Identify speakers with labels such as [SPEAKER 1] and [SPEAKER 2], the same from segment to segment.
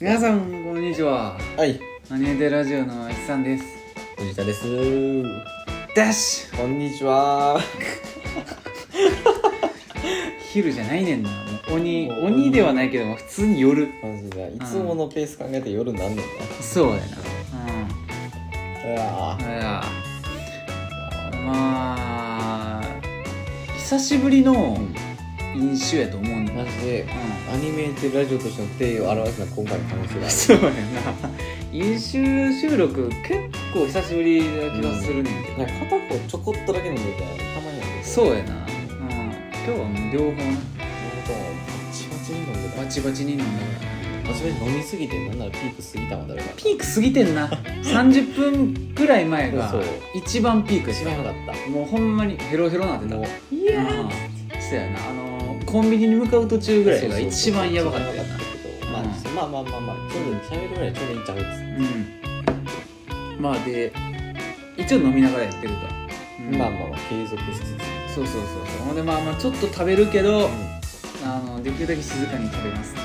[SPEAKER 1] 皆さんこんにちは
[SPEAKER 2] はい
[SPEAKER 1] マニエテラジオのあいさんです
[SPEAKER 2] 藤田です
[SPEAKER 1] ダッシュ
[SPEAKER 2] こんにちは
[SPEAKER 1] 昼じゃないねんなもう鬼
[SPEAKER 2] もう
[SPEAKER 1] 鬼ではないけども普通に夜
[SPEAKER 2] マジでいつものペース考えて夜なんねん
[SPEAKER 1] そうやな
[SPEAKER 2] なうわ
[SPEAKER 1] うんいやまあ久しぶりの飲酒やと思うんだ
[SPEAKER 2] ー
[SPEAKER 1] よ、
[SPEAKER 2] マジで
[SPEAKER 1] う
[SPEAKER 2] アニメーテラジオとしての定を表すのは今回の話
[SPEAKER 1] ん、
[SPEAKER 2] だ
[SPEAKER 1] そうやな飲酒収録結構久しぶりな気がするねんけど、
[SPEAKER 2] なんか片方ちょこっとだけ飲んでたらたまには
[SPEAKER 1] そうやな、うん、今日はもう両方な
[SPEAKER 2] 僕もバチバチに飲んで
[SPEAKER 1] バチバチに飲んだから
[SPEAKER 2] たバチバチ飲みすぎてなんならピーク過ぎたまであるから
[SPEAKER 1] ピーク過ぎてんな30分ぐらい前が
[SPEAKER 2] そう
[SPEAKER 1] 一番ピーク
[SPEAKER 2] 知らなかった
[SPEAKER 1] もうほんまにヘロヘロなってた
[SPEAKER 2] もうい
[SPEAKER 1] うんそうやなあのーコンビニに向かう途中ぐらいが一番やばかったよな
[SPEAKER 2] まあまあまあまあまあちょうど喋るぐらいちょうどいいんちゃうっつって
[SPEAKER 1] うんまあで一応飲みながらやってるから、うん
[SPEAKER 2] まあまあまあ継続しつつ
[SPEAKER 1] そうそうそうそうほんでまあまあちょっと食べるけど、あのできるだけ静かに食べますって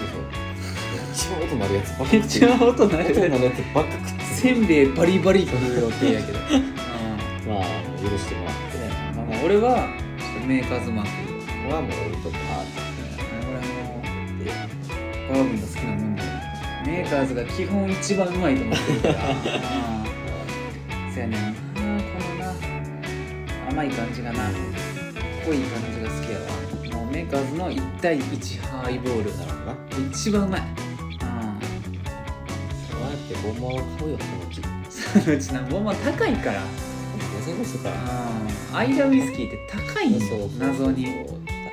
[SPEAKER 2] 一番音鳴るやつばっか
[SPEAKER 1] めっちゃ音鳴
[SPEAKER 2] 音鳴
[SPEAKER 1] る
[SPEAKER 2] るやつばっか食って
[SPEAKER 1] せんべいバリバリ食う予定やけど、うん
[SPEAKER 2] まあ許してもらって
[SPEAKER 1] そうやなまあまあ俺はちょっとメーカーズマーク
[SPEAKER 2] これはもう俺とか
[SPEAKER 1] バーボンが好きなもんだよメーカーズが基本一番うまいと思ってるからああそやねんなこのな甘い感じがな濃い感じが好きやわもうメーカーズの1対1ハイボール
[SPEAKER 2] なるほどなこ
[SPEAKER 1] 一番うまいあ
[SPEAKER 2] うやってごまを買うよそのうち
[SPEAKER 1] あそのうちなごま高いから
[SPEAKER 2] 安いですから
[SPEAKER 1] ああアイラウイスキーって高いん
[SPEAKER 2] そうそ
[SPEAKER 1] よ
[SPEAKER 2] うそう
[SPEAKER 1] 謎に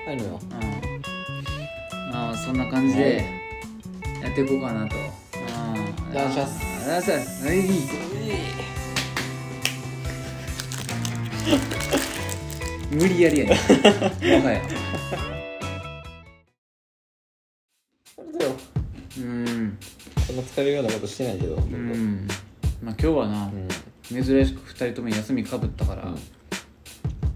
[SPEAKER 2] 高いのよ
[SPEAKER 1] うんまあそんな感じでやっていこうかなと。うん
[SPEAKER 2] ダンシャス
[SPEAKER 1] ダンシャスはい無理やりやね。もはや。
[SPEAKER 2] それだよ
[SPEAKER 1] うん。
[SPEAKER 2] そんな疲れるようなことしてないけど
[SPEAKER 1] う
[SPEAKER 2] うん
[SPEAKER 1] ん。まあ今日はな、珍しく二人とも休みかぶったから、
[SPEAKER 2] うん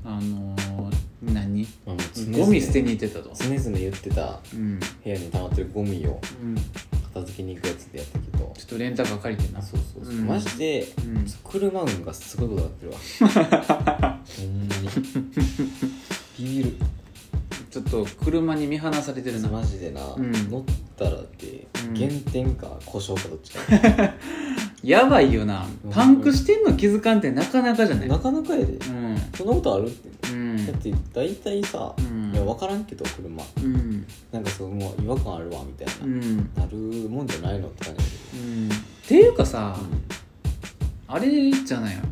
[SPEAKER 1] あのー、何
[SPEAKER 2] まあ常々
[SPEAKER 1] ゴミ捨てに行ってたと。
[SPEAKER 2] 常々言ってた
[SPEAKER 1] うん。
[SPEAKER 2] 部屋に溜まってるゴミを
[SPEAKER 1] うん。ちょ
[SPEAKER 2] 片付けに行くやつでやったけど
[SPEAKER 1] っとレンタカー借りてな。
[SPEAKER 2] そうそうそう、
[SPEAKER 1] うん
[SPEAKER 2] マジで、
[SPEAKER 1] うん
[SPEAKER 2] 車運がすごいことになってるわほんまにビビる
[SPEAKER 1] ちょっと車に見放されてるな。
[SPEAKER 2] マジでな、
[SPEAKER 1] うん
[SPEAKER 2] 乗ったらって
[SPEAKER 1] うん
[SPEAKER 2] 減点か故障かどっちか、
[SPEAKER 1] やばいよな
[SPEAKER 2] うん
[SPEAKER 1] パンクしてんの気づかんってなかなかじゃない
[SPEAKER 2] なかなかやで
[SPEAKER 1] うん
[SPEAKER 2] そんなことあるって、
[SPEAKER 1] うん
[SPEAKER 2] だって大体さ、
[SPEAKER 1] うん
[SPEAKER 2] いや分からんけど車
[SPEAKER 1] うん
[SPEAKER 2] なんかそうもう違和感あるわみたい
[SPEAKER 1] うんう
[SPEAKER 2] な、
[SPEAKER 1] ん
[SPEAKER 2] なるもんじゃないのって感じ
[SPEAKER 1] っていうかさ、あれじゃないの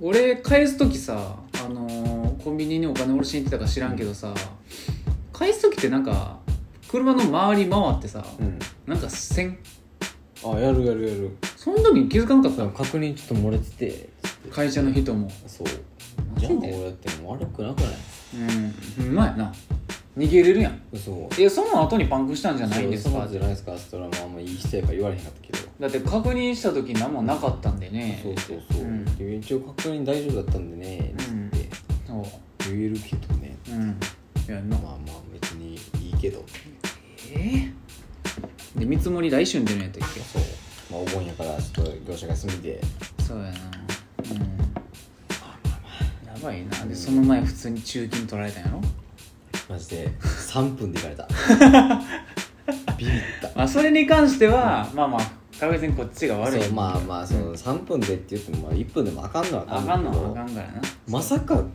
[SPEAKER 1] 俺返す時さあのーコンビニにお金下ろしに行ってたか知らんけどさ返す時ってなんか車の周り回ってさ、
[SPEAKER 2] うん、
[SPEAKER 1] なんかせん
[SPEAKER 2] あやるやるやる
[SPEAKER 1] その時に気づかんかった
[SPEAKER 2] なんか確認ちょっと漏れてて
[SPEAKER 1] 会社の人も
[SPEAKER 2] そう
[SPEAKER 1] マ
[SPEAKER 2] じ
[SPEAKER 1] ジで
[SPEAKER 2] ゃあ俺やっても悪くなくない
[SPEAKER 1] うんうまいな逃げれるやん
[SPEAKER 2] 嘘
[SPEAKER 1] えその後にパンクしたんじゃないんです
[SPEAKER 2] そうそ
[SPEAKER 1] か
[SPEAKER 2] うじゃないですかアストラもあんまいい人やから言われへんかったけど、
[SPEAKER 1] だって確認した時何もなかったんでね
[SPEAKER 2] そうそうそう、
[SPEAKER 1] うん
[SPEAKER 2] で一応確認大丈夫だったんでねつって
[SPEAKER 1] そう
[SPEAKER 2] 言えるけどね、
[SPEAKER 1] うんいやな
[SPEAKER 2] まあまあ別にいいけど
[SPEAKER 1] えー、で見積もり来週に出るんやったっ
[SPEAKER 2] そうまあお盆やからちょっと業者が休みで
[SPEAKER 1] けそうやなうんやばいなでその前普通に中金取られたんやろ
[SPEAKER 2] マジで3分で行かれ たビビった
[SPEAKER 1] まあそれに関しては、まあまあ確実にこっちが悪い
[SPEAKER 2] そうまあまあその3分でって言ってもまあ1分でもあかんのは
[SPEAKER 1] あ
[SPEAKER 2] あ
[SPEAKER 1] か
[SPEAKER 2] かん
[SPEAKER 1] ん
[SPEAKER 2] ね
[SPEAKER 1] の
[SPEAKER 2] んけ
[SPEAKER 1] はあ
[SPEAKER 2] ど
[SPEAKER 1] かんからな
[SPEAKER 2] まさか
[SPEAKER 1] うん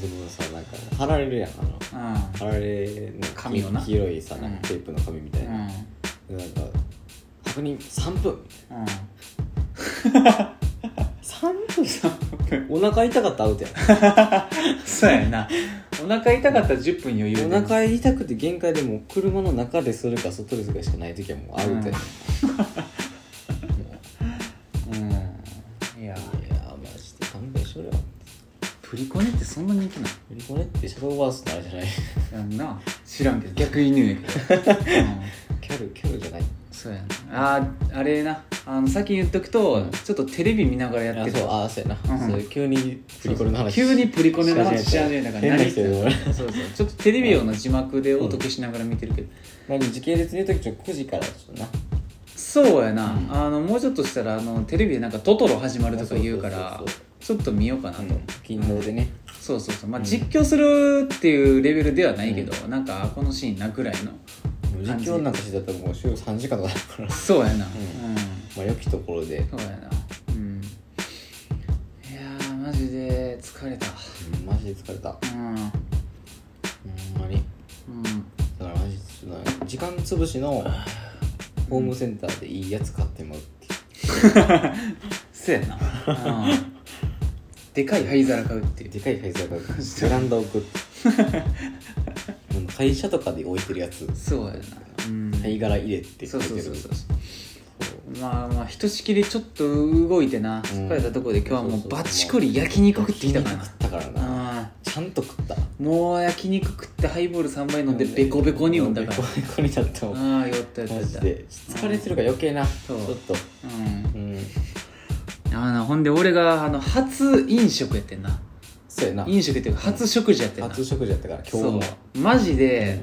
[SPEAKER 2] でもさなんか貼られるやんあの
[SPEAKER 1] うん
[SPEAKER 2] 貼られの
[SPEAKER 1] 紙をな
[SPEAKER 2] 黄色いさなんかテープの紙みたいな、
[SPEAKER 1] う
[SPEAKER 2] なんか確認3分
[SPEAKER 1] んうん
[SPEAKER 2] 3分さお腹痛かったらアウトや
[SPEAKER 1] そうやなお腹痛かったら10分余裕で
[SPEAKER 2] お腹痛くて限界でもう車の中でするか外でするかしかない時はもうアウト
[SPEAKER 1] う
[SPEAKER 2] や、
[SPEAKER 1] ん
[SPEAKER 2] も
[SPEAKER 1] う
[SPEAKER 2] う
[SPEAKER 1] んいや
[SPEAKER 2] いやーマジで勘弁しろよ
[SPEAKER 1] プリコネってそんな人気な
[SPEAKER 2] 振りこねってシャドーバースのあ れじゃない
[SPEAKER 1] のやんな知らんけど逆に犬やけど、うん
[SPEAKER 2] キャルキャルじゃない
[SPEAKER 1] そうやなあーあれなあの先言っとくと、
[SPEAKER 2] うん
[SPEAKER 1] ちょっとテレビ見ながらやっ
[SPEAKER 2] あ
[SPEAKER 1] て
[SPEAKER 2] そう
[SPEAKER 1] た
[SPEAKER 2] あそうやな、
[SPEAKER 1] うん
[SPEAKER 2] そう急にプリコレの話
[SPEAKER 1] 急にプリコネの話し始めたから
[SPEAKER 2] 変な
[SPEAKER 1] 何
[SPEAKER 2] 人やな俺
[SPEAKER 1] そうそうちょっとテレビ用の字幕でお解けしながら見てるけど、
[SPEAKER 2] まあでも時系列で言うときちょっと9時からちょっとな
[SPEAKER 1] そうやな、
[SPEAKER 2] うん
[SPEAKER 1] あのもうちょっとしたらあのテレビでなんか「トトロ」始まるとか言うから
[SPEAKER 2] そうそう
[SPEAKER 1] ちょっと見ようかなと、
[SPEAKER 2] 勤労でね
[SPEAKER 1] そうそうそうまあ
[SPEAKER 2] うん
[SPEAKER 1] 実況するっていうレベルではないけど、なんかあこのシーンなぐらいの
[SPEAKER 2] 実況なんかしてたらもう週3時間とかあるから
[SPEAKER 1] そうやなうん、
[SPEAKER 2] んまあ良きところで
[SPEAKER 1] そうやなうんいやーマジで疲れた
[SPEAKER 2] うんマジで疲れた
[SPEAKER 1] うん
[SPEAKER 2] ほんまに
[SPEAKER 1] うん
[SPEAKER 2] だからマジでちょっとな時間潰しのホームセンターでいいやつ買ってもらうっていう
[SPEAKER 1] そうやなうんでかい灰皿買うっていう
[SPEAKER 2] でかい会社が ベランダ置く あの会社とかで置いてるやつ
[SPEAKER 1] そうやなうん
[SPEAKER 2] 貝殻入れって書
[SPEAKER 1] そ
[SPEAKER 2] いうて
[SPEAKER 1] そう
[SPEAKER 2] る
[SPEAKER 1] そうそうまあまあひとしきりちょっと動いてな
[SPEAKER 2] うん
[SPEAKER 1] 疲れたところで今日はも
[SPEAKER 2] そううそうそう
[SPEAKER 1] バチコリ焼肉食ってきたから
[SPEAKER 2] 焼肉食ったからな
[SPEAKER 1] なうん
[SPEAKER 2] ちゃんと食った
[SPEAKER 1] もう焼肉食ってハイボール3杯飲んでベコベコに飲んだか
[SPEAKER 2] ベ
[SPEAKER 1] ら
[SPEAKER 2] コベコになったもん
[SPEAKER 1] ああ酔った酔った
[SPEAKER 2] マ
[SPEAKER 1] 酔っ
[SPEAKER 2] ジ
[SPEAKER 1] た
[SPEAKER 2] で疲れてるから余計なちょ
[SPEAKER 1] そう
[SPEAKER 2] っと
[SPEAKER 1] うん
[SPEAKER 2] うん
[SPEAKER 1] あのほんで俺があの初飲食やってんな
[SPEAKER 2] そうやな
[SPEAKER 1] 飲食っていうか初食事やってんな
[SPEAKER 2] 初食事やったから今日も
[SPEAKER 1] そうマジで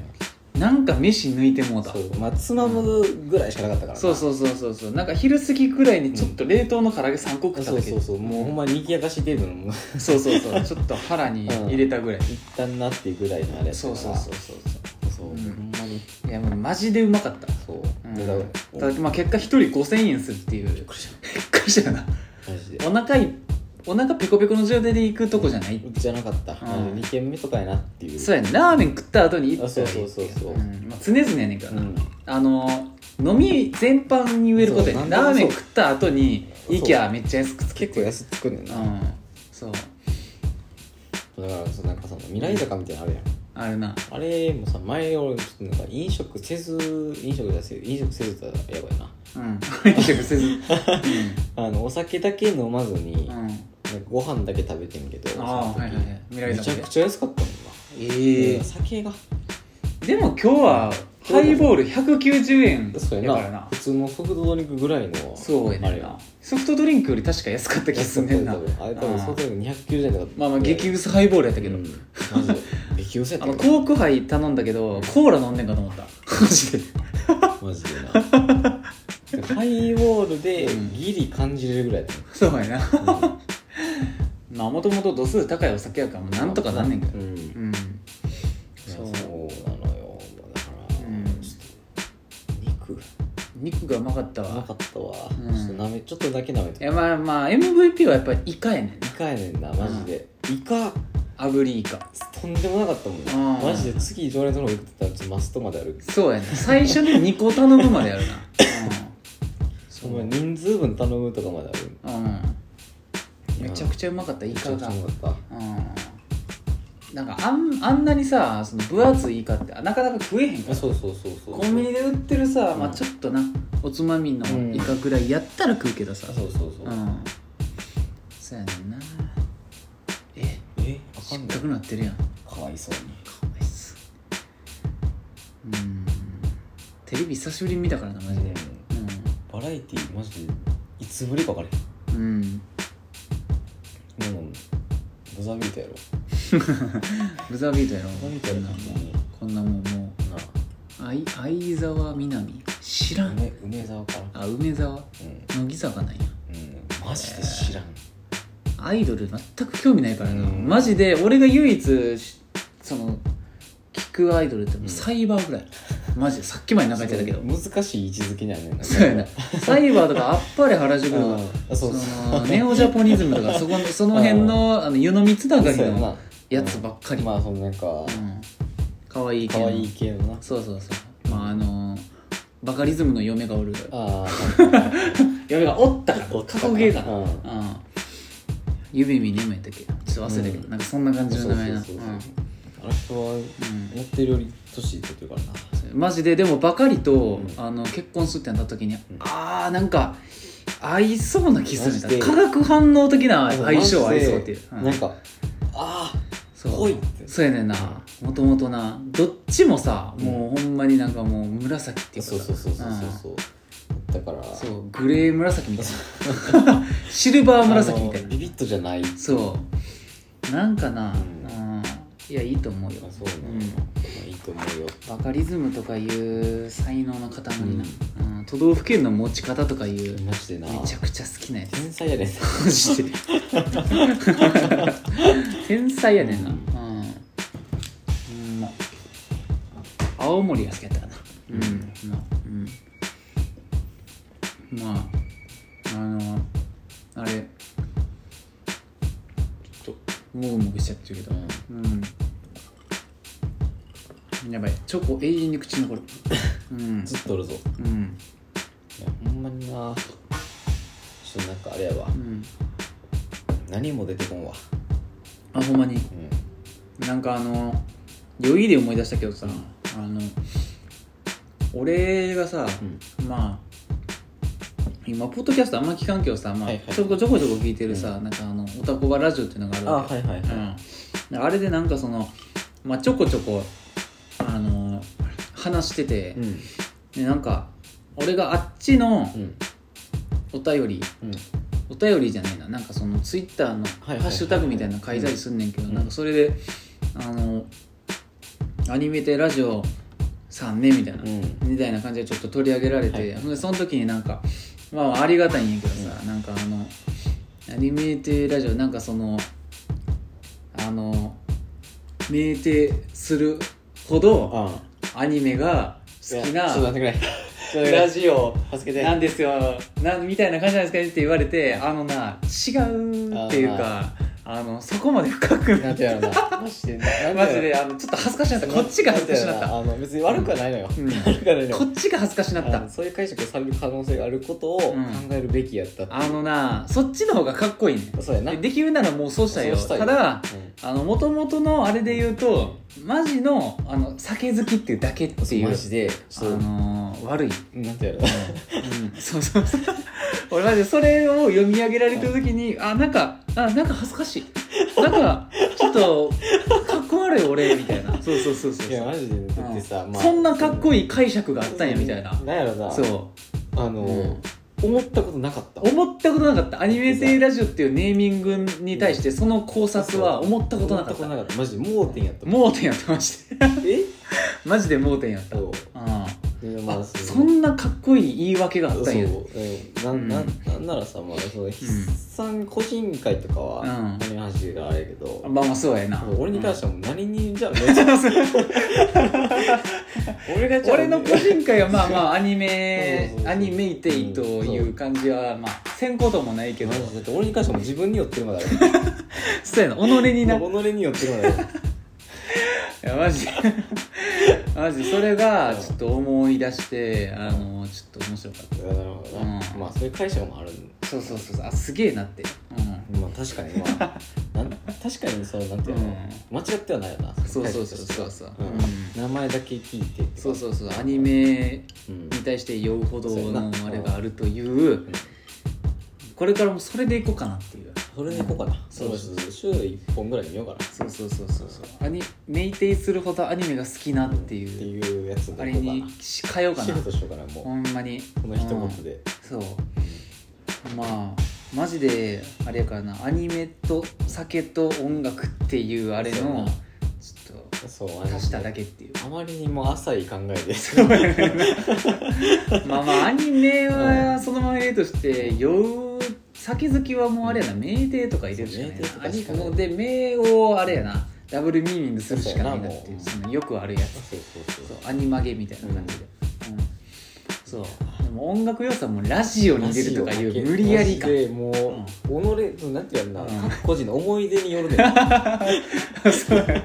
[SPEAKER 1] なんか飯抜いてもうた
[SPEAKER 2] そうまあつまむぐらいしかなかったからな
[SPEAKER 1] そうそうそうそうそうなんか昼過ぎくらいにちょっと冷凍の唐揚げ3個食った
[SPEAKER 2] そ
[SPEAKER 1] だ
[SPEAKER 2] う
[SPEAKER 1] け
[SPEAKER 2] そうそうもうほんまに賑やかし程度のもう
[SPEAKER 1] そうそうそうちょっと腹に入れたぐらい、
[SPEAKER 2] 一旦なっていうぐらいのあれやったか
[SPEAKER 1] そう
[SPEAKER 2] ら
[SPEAKER 1] そうそうそう
[SPEAKER 2] そうほ
[SPEAKER 1] うん
[SPEAKER 2] んまに
[SPEAKER 1] いやもうマジでうまかった、
[SPEAKER 2] そう
[SPEAKER 1] うん
[SPEAKER 2] でだから
[SPEAKER 1] ただまあ結果1人5000円するっていうびっ
[SPEAKER 2] びっくりし
[SPEAKER 1] くりしたよな
[SPEAKER 2] たマジで
[SPEAKER 1] お腹いお腹ペコペコの状態で行くとこじゃない、
[SPEAKER 2] じゃなかった
[SPEAKER 1] うん
[SPEAKER 2] 2軒目とかやなっていう
[SPEAKER 1] そうやねラーメン食った後に行ったらいい
[SPEAKER 2] あそうそうそうそうん
[SPEAKER 1] まあ、常々やねんからな、
[SPEAKER 2] うん
[SPEAKER 1] あの飲み全般に言えることやね
[SPEAKER 2] そうなん
[SPEAKER 1] ラー
[SPEAKER 2] で
[SPEAKER 1] メ
[SPEAKER 2] もそう
[SPEAKER 1] ン食った後に
[SPEAKER 2] そう
[SPEAKER 1] イケアめっちゃ安くつけ
[SPEAKER 2] 結
[SPEAKER 1] て
[SPEAKER 2] 構安つくねん
[SPEAKER 1] う
[SPEAKER 2] なん
[SPEAKER 1] そう
[SPEAKER 2] だからそのなんかその未来坂みたいなのあるやん
[SPEAKER 1] あるな
[SPEAKER 2] あれもさ前俺ちょっとなんか飲食せず飲食じゃせ飲食せずだったらやばいな
[SPEAKER 1] うん 飲食せずうん
[SPEAKER 2] あのお酒だけ飲まずに、
[SPEAKER 1] う
[SPEAKER 2] なんか
[SPEAKER 1] ん
[SPEAKER 2] ご飯だけ食べてんけど
[SPEAKER 1] ああ
[SPEAKER 2] その
[SPEAKER 1] はいはい
[SPEAKER 2] 時
[SPEAKER 1] はい未来
[SPEAKER 2] めちゃ
[SPEAKER 1] 酒
[SPEAKER 2] くちゃ安かったもんな
[SPEAKER 1] ええ
[SPEAKER 2] うん酒が
[SPEAKER 1] でも今日はハイボール190円
[SPEAKER 2] そう
[SPEAKER 1] や
[SPEAKER 2] や
[SPEAKER 1] から
[SPEAKER 2] な
[SPEAKER 1] な
[SPEAKER 2] 普通のソフトドリンクぐらいの
[SPEAKER 1] そうや
[SPEAKER 2] あ
[SPEAKER 1] ね
[SPEAKER 2] れ
[SPEAKER 1] んなソフトドリンクより確か安かった気すんねんな
[SPEAKER 2] 安かったよ多分あれ多分
[SPEAKER 1] うん
[SPEAKER 2] ソフトドリンク290円とか
[SPEAKER 1] まあまあ激薄ハイボールや ったけど、
[SPEAKER 2] うんマジで激薄やっ
[SPEAKER 1] あ
[SPEAKER 2] た
[SPEAKER 1] の
[SPEAKER 2] けど
[SPEAKER 1] コーク杯頼んだけどコーラ飲んでんかと 思ったマジで
[SPEAKER 2] マジ でなハイボールでギリ感じれるぐらいやった
[SPEAKER 1] そうやな
[SPEAKER 2] もんうん
[SPEAKER 1] まあもともと度数高いお酒やからもう なんとかなんねんけど
[SPEAKER 2] うんいや
[SPEAKER 1] うん
[SPEAKER 2] そ
[SPEAKER 1] そうう
[SPEAKER 2] なのよだから、
[SPEAKER 1] うん
[SPEAKER 2] ちょっと肉が
[SPEAKER 1] 肉がうまかった
[SPEAKER 2] な
[SPEAKER 1] わ
[SPEAKER 2] かったわ、
[SPEAKER 1] うん
[SPEAKER 2] ちょっとなめちょっとだけなめ
[SPEAKER 1] い
[SPEAKER 2] て
[SPEAKER 1] やまあまあ MVP はやっぱりイカやねんな
[SPEAKER 2] イカやねんなマジで、イカ
[SPEAKER 1] 炙りイカ
[SPEAKER 2] とんでもなかったもんな、
[SPEAKER 1] うん
[SPEAKER 2] マジで次常連の方行くって言ったらちょっとマストまである
[SPEAKER 1] そう やな最初に2個頼むまでやるなうん
[SPEAKER 2] お前人数分頼むとかまである
[SPEAKER 1] うんめちゃくちゃうまかったイ
[SPEAKER 2] めち
[SPEAKER 1] カ
[SPEAKER 2] ゃくちゃ
[SPEAKER 1] が
[SPEAKER 2] うまかっ
[SPEAKER 1] うんなんかあんあんなにさその分厚いイカってなかなか食えへんか
[SPEAKER 2] た
[SPEAKER 1] ら
[SPEAKER 2] そうそうそうそう
[SPEAKER 1] コンビニで売ってるさ、まあ、
[SPEAKER 2] うん
[SPEAKER 1] ちょっとなおつまみのイカぐらいやったら食うけどさ
[SPEAKER 2] あそうそうそう、
[SPEAKER 1] うんそうやねんなえ
[SPEAKER 2] えあか
[SPEAKER 1] ちっ
[SPEAKER 2] んな
[SPEAKER 1] かくなってるやんか
[SPEAKER 2] いかわいそうに
[SPEAKER 1] わいそううんテレビ久しぶりに見たからなマジで
[SPEAKER 2] バラエティーマジでいつぶりか分かれ
[SPEAKER 1] うん、うん、
[SPEAKER 2] へんもうブザービートやろ
[SPEAKER 1] ブザービートやろ
[SPEAKER 2] ブザービートやろ
[SPEAKER 1] こんなもんこんなもんも
[SPEAKER 2] な
[SPEAKER 1] う
[SPEAKER 2] あ
[SPEAKER 1] あい相沢みなみ知らん
[SPEAKER 2] 梅梅沢から
[SPEAKER 1] あ梅沢
[SPEAKER 2] うん、
[SPEAKER 1] 乃木坂なんや
[SPEAKER 2] うん、マジで知らん、
[SPEAKER 1] アイドル全く興味ないからな、
[SPEAKER 2] うん
[SPEAKER 1] マジで俺が唯一しその聞くアイドルってもうサイバーぐらい、マジでさっきまで流れてたけど
[SPEAKER 2] 難しい位置づけにはねんな
[SPEAKER 1] そうやなサイバーとかあっぱれ原宿と
[SPEAKER 2] うん
[SPEAKER 1] か
[SPEAKER 2] あそう
[SPEAKER 1] そ
[SPEAKER 2] そ
[SPEAKER 1] の
[SPEAKER 2] う
[SPEAKER 1] ネオジャポニズムとか そこのその辺のあの湯飲みつながり
[SPEAKER 2] そうやな
[SPEAKER 1] のやつばっかり、
[SPEAKER 2] まあそのなんか
[SPEAKER 1] うん、かわいい
[SPEAKER 2] 可
[SPEAKER 1] 系の
[SPEAKER 2] 愛い系のな
[SPEAKER 1] そうそうそうまああのバカリズムの嫁がおる
[SPEAKER 2] ああ
[SPEAKER 1] 嫁がおったから過去形かな
[SPEAKER 2] うん
[SPEAKER 1] うん指見ねもやったっけちょっと忘れたけど、
[SPEAKER 2] うん
[SPEAKER 1] なんかそんな感じの名前な
[SPEAKER 2] そうそうそうそう
[SPEAKER 1] うん
[SPEAKER 2] あの人は思ってるより年いってるからな
[SPEAKER 1] マジででもばかりと、
[SPEAKER 2] ん
[SPEAKER 1] あの結婚するってなった時に、
[SPEAKER 2] ん
[SPEAKER 1] ああなんか合いそうな気す
[SPEAKER 2] マ
[SPEAKER 1] る
[SPEAKER 2] ジ
[SPEAKER 1] ん
[SPEAKER 2] で
[SPEAKER 1] だ化学反応的な相性は合いそうっていう、うん
[SPEAKER 2] なんかあ
[SPEAKER 1] そう
[SPEAKER 2] 濃いって
[SPEAKER 1] そうやねんなもともとなどっちもさ、もうほんまになんかもう紫って
[SPEAKER 2] あ
[SPEAKER 1] いうか
[SPEAKER 2] そうそうそうそうそううそうだから
[SPEAKER 1] そうグレー紫みたい なシルバー紫みたい
[SPEAKER 2] あの
[SPEAKER 1] な
[SPEAKER 2] ビビッとじゃない
[SPEAKER 1] そうなんかな、
[SPEAKER 2] う
[SPEAKER 1] うんいやいいと思うよ
[SPEAKER 2] あそうな
[SPEAKER 1] う
[SPEAKER 2] の、
[SPEAKER 1] ん
[SPEAKER 2] まあいいと思うよ
[SPEAKER 1] バカリズムとかいう才能の塊な、うん都道府県の持ち方とかいう
[SPEAKER 2] マジでな
[SPEAKER 1] めちゃくちゃ好きなやつ
[SPEAKER 2] 天才やねん
[SPEAKER 1] マジ で天才やねんな
[SPEAKER 2] う
[SPEAKER 1] うんん、うんまあ青森が好きやったかな
[SPEAKER 2] うん
[SPEAKER 1] うんまあ、うんまああのあれ
[SPEAKER 2] ちょっ
[SPEAKER 1] もぐもぐしちゃってるけ
[SPEAKER 2] とう
[SPEAKER 1] ど
[SPEAKER 2] ん
[SPEAKER 1] うんやばいチョコ永遠に口に残 るうん
[SPEAKER 2] ずっとおるぞ
[SPEAKER 1] うん
[SPEAKER 2] いやほんまになちょっとなんかあれやわ
[SPEAKER 1] うん
[SPEAKER 2] 何も出てこんわ
[SPEAKER 1] あほんまに
[SPEAKER 2] うん
[SPEAKER 1] なんかあの余裕で思い出したけどさ、あの俺がさ、
[SPEAKER 2] うん
[SPEAKER 1] まあ今ポッドキャストあんま聞かんけどさ、まあ
[SPEAKER 2] はいはい
[SPEAKER 1] ちょこちょこちょこ聞いてるさ、なんかあの「おたこがラジオ」っていうのがある
[SPEAKER 2] あ
[SPEAKER 1] わ
[SPEAKER 2] はいはい
[SPEAKER 1] け
[SPEAKER 2] は
[SPEAKER 1] うん、あれでなんかその、まあ、ちょこちょこあの話してて、
[SPEAKER 2] いうん
[SPEAKER 1] でなんか俺があっちの
[SPEAKER 2] うん
[SPEAKER 1] お便り
[SPEAKER 2] うん
[SPEAKER 1] お便りじゃないななんかそのツイッターのハ
[SPEAKER 2] はいはいはい
[SPEAKER 1] ッシュタグみたいなの書いたりすんねんけど、
[SPEAKER 2] うん
[SPEAKER 1] なんかそれであのアニメでラジオさんねみたいな、
[SPEAKER 2] うん
[SPEAKER 1] みたいな感じでちょっと取り上げられて、
[SPEAKER 2] はいはい
[SPEAKER 1] ほんでその時になんかまあありがたいんやけどさ、なんかあのアニメーラジオなんかそのあの酩酊するほど
[SPEAKER 2] あ
[SPEAKER 1] アニメが好きな
[SPEAKER 2] ちょっと待ってくれちょっと待ってく れ
[SPEAKER 1] ラジオ
[SPEAKER 2] 助けて
[SPEAKER 1] なんですよなんみたいな感じなんですかねって言われてあのな違うっていうかあのそこまで深く
[SPEAKER 2] なんてやろなマジでなん
[SPEAKER 1] マジであのちょっと恥ずかしなったこっちが恥ずかしなっ
[SPEAKER 2] んてや
[SPEAKER 1] た
[SPEAKER 2] ろあの別に悪くはないのよ、
[SPEAKER 1] うん
[SPEAKER 2] 悪くはないの
[SPEAKER 1] こ
[SPEAKER 2] よ
[SPEAKER 1] っちが恥ずかしなっ
[SPEAKER 2] あの
[SPEAKER 1] た
[SPEAKER 2] そういう解釈をされる可能性があることを考
[SPEAKER 1] うん
[SPEAKER 2] えるべきやったっていう
[SPEAKER 1] あのなそっちの方がかっこいいね
[SPEAKER 2] そうやな
[SPEAKER 1] でできるならもうそうしたいよ
[SPEAKER 2] そうしたいよ
[SPEAKER 1] ただ
[SPEAKER 2] うん
[SPEAKER 1] あの元々のあれで言うとマジのあの酒好きっていうだけっていう
[SPEAKER 2] マジで
[SPEAKER 1] あ
[SPEAKER 2] ちょっと
[SPEAKER 1] のー悪い
[SPEAKER 2] なんてやろ
[SPEAKER 1] うんそうそうそう俺マジでそれを読み上げられた時にあなんかあなんか恥ずかしいなんかちょっとかっこ悪い俺みたいなそうそうそうそう
[SPEAKER 2] いやマジでだ
[SPEAKER 1] う
[SPEAKER 2] っ
[SPEAKER 1] ん
[SPEAKER 2] てさ、
[SPEAKER 1] そんなかっこ
[SPEAKER 2] いい
[SPEAKER 1] いい解釈があったんやみたいな
[SPEAKER 2] なんやろな
[SPEAKER 1] そ
[SPEAKER 2] あの、
[SPEAKER 1] うん
[SPEAKER 2] 思ったことなかった
[SPEAKER 1] う思ったことなかったアニメ性ラジオっていうネーミングに対してその考察は思ったことなかっ
[SPEAKER 2] 思
[SPEAKER 1] た
[SPEAKER 2] ったマジ盲点やった
[SPEAKER 1] 盲点やってまして
[SPEAKER 2] え
[SPEAKER 1] マジで盲点やった
[SPEAKER 2] そう
[SPEAKER 1] あ
[SPEAKER 2] でま
[SPEAKER 1] あ
[SPEAKER 2] あ
[SPEAKER 1] そんなかっこいい言い訳があ
[SPEAKER 2] そ
[SPEAKER 1] っ
[SPEAKER 2] う
[SPEAKER 1] たんや
[SPEAKER 2] そううんなんなんなんならさまあその筆算個人会とかは
[SPEAKER 1] うん
[SPEAKER 2] 何の話があれやけど、
[SPEAKER 1] まあまあそうやな
[SPEAKER 2] 俺に関してはもう何にじゃあめっちゃ俺がじゃ あ
[SPEAKER 1] 俺の個人会はまあまあアニメ
[SPEAKER 2] そうそうそう
[SPEAKER 1] アニメイテイという感じはまあせんこともないけど
[SPEAKER 2] マジでだって俺に関してはもう自分に寄ってるまである
[SPEAKER 1] そうやな己にな
[SPEAKER 2] 己
[SPEAKER 1] い
[SPEAKER 2] に寄ってるま である
[SPEAKER 1] やマジで マジでそれがちょっと思い出してあのちょっと面白かっ
[SPEAKER 2] なるほどな、
[SPEAKER 1] うん
[SPEAKER 2] まあそういう解釈もあるん
[SPEAKER 1] たそうそうそうそうあすげえなってう
[SPEAKER 2] まあ確かにまあ なん確かにそのなんていうの、間違ってはないよな
[SPEAKER 1] そうそうそう
[SPEAKER 2] 解釈としては
[SPEAKER 1] そうそう
[SPEAKER 2] うん
[SPEAKER 1] う
[SPEAKER 2] 名前だけ聞いて、
[SPEAKER 1] んそうそううそうアニメ
[SPEAKER 2] うん、
[SPEAKER 1] に対して酔うほど
[SPEAKER 2] そうや
[SPEAKER 1] の
[SPEAKER 2] な
[SPEAKER 1] あれがあるというこれからもそれでいこうかなっていう
[SPEAKER 2] それでいこうかな、
[SPEAKER 1] そうそう
[SPEAKER 2] そう週1本ぐらい見ようかな
[SPEAKER 1] そうそうそうそうそうアニメイテイするほどアニメが好きなって
[SPEAKER 2] っ
[SPEAKER 1] いう
[SPEAKER 2] ていうやつ
[SPEAKER 1] あ
[SPEAKER 2] で
[SPEAKER 1] れ
[SPEAKER 2] いこうか
[SPEAKER 1] にし変えよう
[SPEAKER 2] な
[SPEAKER 1] か
[SPEAKER 2] シ
[SPEAKER 1] な
[SPEAKER 2] フトしようかなも
[SPEAKER 1] ほんまに
[SPEAKER 2] うこの一言で、
[SPEAKER 1] うんそうまあマジであれやからなアニメと酒と音楽っていうあれ
[SPEAKER 2] そうや
[SPEAKER 1] の
[SPEAKER 2] な
[SPEAKER 1] ちょ
[SPEAKER 2] そうあ
[SPEAKER 1] っと足しただ
[SPEAKER 2] け
[SPEAKER 1] けっていう
[SPEAKER 2] あまりにも浅い考えで
[SPEAKER 1] まあまあアニメ
[SPEAKER 2] う
[SPEAKER 1] は
[SPEAKER 2] ん
[SPEAKER 1] そのまま例として酔う酒好きはもうあれやな酩酊とか入れるしかないな
[SPEAKER 2] そう
[SPEAKER 1] ア
[SPEAKER 2] 酩
[SPEAKER 1] ニ
[SPEAKER 2] 酊とかしかない
[SPEAKER 1] メで酩をあれやなダブルミーニングするしかないなっていう
[SPEAKER 2] そうやなもう
[SPEAKER 1] そのよくあるやつ
[SPEAKER 2] そうそう
[SPEAKER 1] そ
[SPEAKER 2] そう
[SPEAKER 1] うアニマゲみたいな感じで、うんそうでも音楽要素はもうラジオに出るとかいう無理やり感
[SPEAKER 2] マジでもう、己そうなんていうのかな、
[SPEAKER 1] うん
[SPEAKER 2] 各個人の思い出によるねんだ
[SPEAKER 1] そう
[SPEAKER 2] って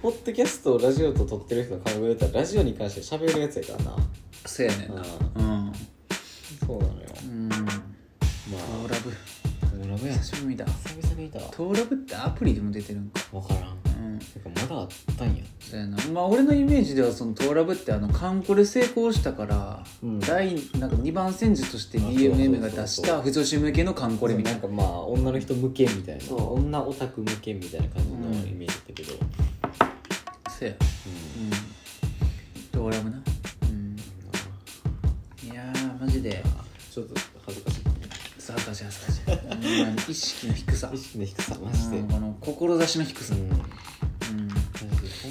[SPEAKER 2] ポッドキャストをラジオと撮ってる人の考えたらラジオに関して喋るやつやからな、
[SPEAKER 1] そうやねんなうん
[SPEAKER 2] うん、そうなのよ
[SPEAKER 1] うん
[SPEAKER 2] ま
[SPEAKER 1] トーラブ
[SPEAKER 2] あもうラブやん久
[SPEAKER 1] 久しぶりだ
[SPEAKER 2] 々に見たわ
[SPEAKER 1] トーラブってアプリでも出てるんか
[SPEAKER 2] 分からん
[SPEAKER 1] うん
[SPEAKER 2] てかまだあったんや
[SPEAKER 1] そうやなまあ俺のイメージではそのトーラブってあのカンコレ成功したから、
[SPEAKER 2] うん
[SPEAKER 1] 第なんか2番戦術として
[SPEAKER 2] あそうそうそうそう
[SPEAKER 1] DMM が出した不女子向けのカンコレみたい
[SPEAKER 2] なん
[SPEAKER 1] な
[SPEAKER 2] かまあ女の人向けみたいな
[SPEAKER 1] そう
[SPEAKER 2] 女オタク向けみたいな感じのイメージだけど、うん
[SPEAKER 1] そうやうんトーラブなうんいやーじで
[SPEAKER 2] ちょっと恥ずかしい
[SPEAKER 1] 恥ずかしい恥ずかしいほんまに意識の低さ
[SPEAKER 2] 意識の低さマジで
[SPEAKER 1] う
[SPEAKER 2] うんん
[SPEAKER 1] この志の低さ
[SPEAKER 2] マ
[SPEAKER 1] うん
[SPEAKER 2] ジで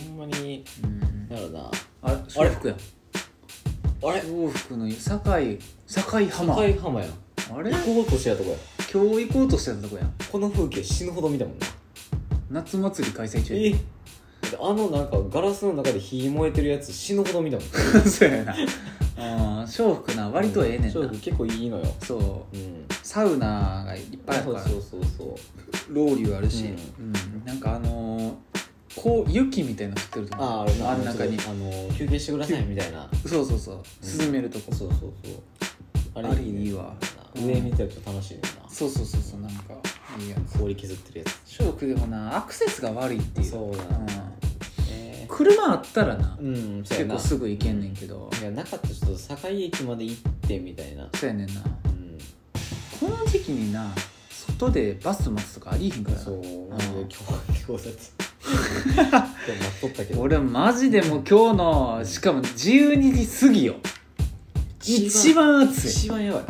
[SPEAKER 2] ほんまに
[SPEAKER 1] うん
[SPEAKER 2] なんやろな
[SPEAKER 1] あれ
[SPEAKER 2] あれ
[SPEAKER 1] 福や
[SPEAKER 2] あれ
[SPEAKER 1] 洋服の堺堺浜
[SPEAKER 2] 高い浜や
[SPEAKER 1] あれ
[SPEAKER 2] 行こうとしてたとこや
[SPEAKER 1] 今日行こうとしてたとこやん
[SPEAKER 2] この風景死ぬほど見たもんな
[SPEAKER 1] 夏祭り開催中
[SPEAKER 2] えだってあのなんかガラスの中で火燃えてるやつ死ぬほど見たもん
[SPEAKER 1] そうやなあー笑福な割とええねん
[SPEAKER 2] そう
[SPEAKER 1] な
[SPEAKER 2] 結構いいのよ
[SPEAKER 1] そう
[SPEAKER 2] うん
[SPEAKER 1] サウナがいっぱいある
[SPEAKER 2] そ
[SPEAKER 1] か
[SPEAKER 2] う
[SPEAKER 1] ら
[SPEAKER 2] そうそうそう
[SPEAKER 1] ロウリュあるし、う
[SPEAKER 2] うん
[SPEAKER 1] なんかあのーこう雪みたいなの降ってると思う
[SPEAKER 2] ああれな
[SPEAKER 1] あん中に
[SPEAKER 2] あの休憩してくださいみたいな
[SPEAKER 1] そうそうそう涼めるとこ、
[SPEAKER 2] そうそうそうあ
[SPEAKER 1] あれいいわうん
[SPEAKER 2] 上見たらちょっと楽しいねんな
[SPEAKER 1] そうそうそうそうなんかいいやつ
[SPEAKER 2] 氷削ってるや
[SPEAKER 1] ショークでもなアクセスが悪いってい
[SPEAKER 2] つ
[SPEAKER 1] う
[SPEAKER 2] そうだ
[SPEAKER 1] ん
[SPEAKER 2] なえ
[SPEAKER 1] 車あったらな、
[SPEAKER 2] ーうんそう
[SPEAKER 1] 結
[SPEAKER 2] やな
[SPEAKER 1] 構すぐ行けんねんけど、
[SPEAKER 2] いやなかったらちょっと堺駅まで行ってみたいな
[SPEAKER 1] そうやねんな
[SPEAKER 2] うん
[SPEAKER 1] この時期にな外でバス待つとかありえへんからな
[SPEAKER 2] そう
[SPEAKER 1] う
[SPEAKER 2] 今
[SPEAKER 1] ん
[SPEAKER 2] 日今日だって今日待っとったけど
[SPEAKER 1] 俺マジでもう今日のしかも12時過ぎよ一番暑い
[SPEAKER 2] 一番やばい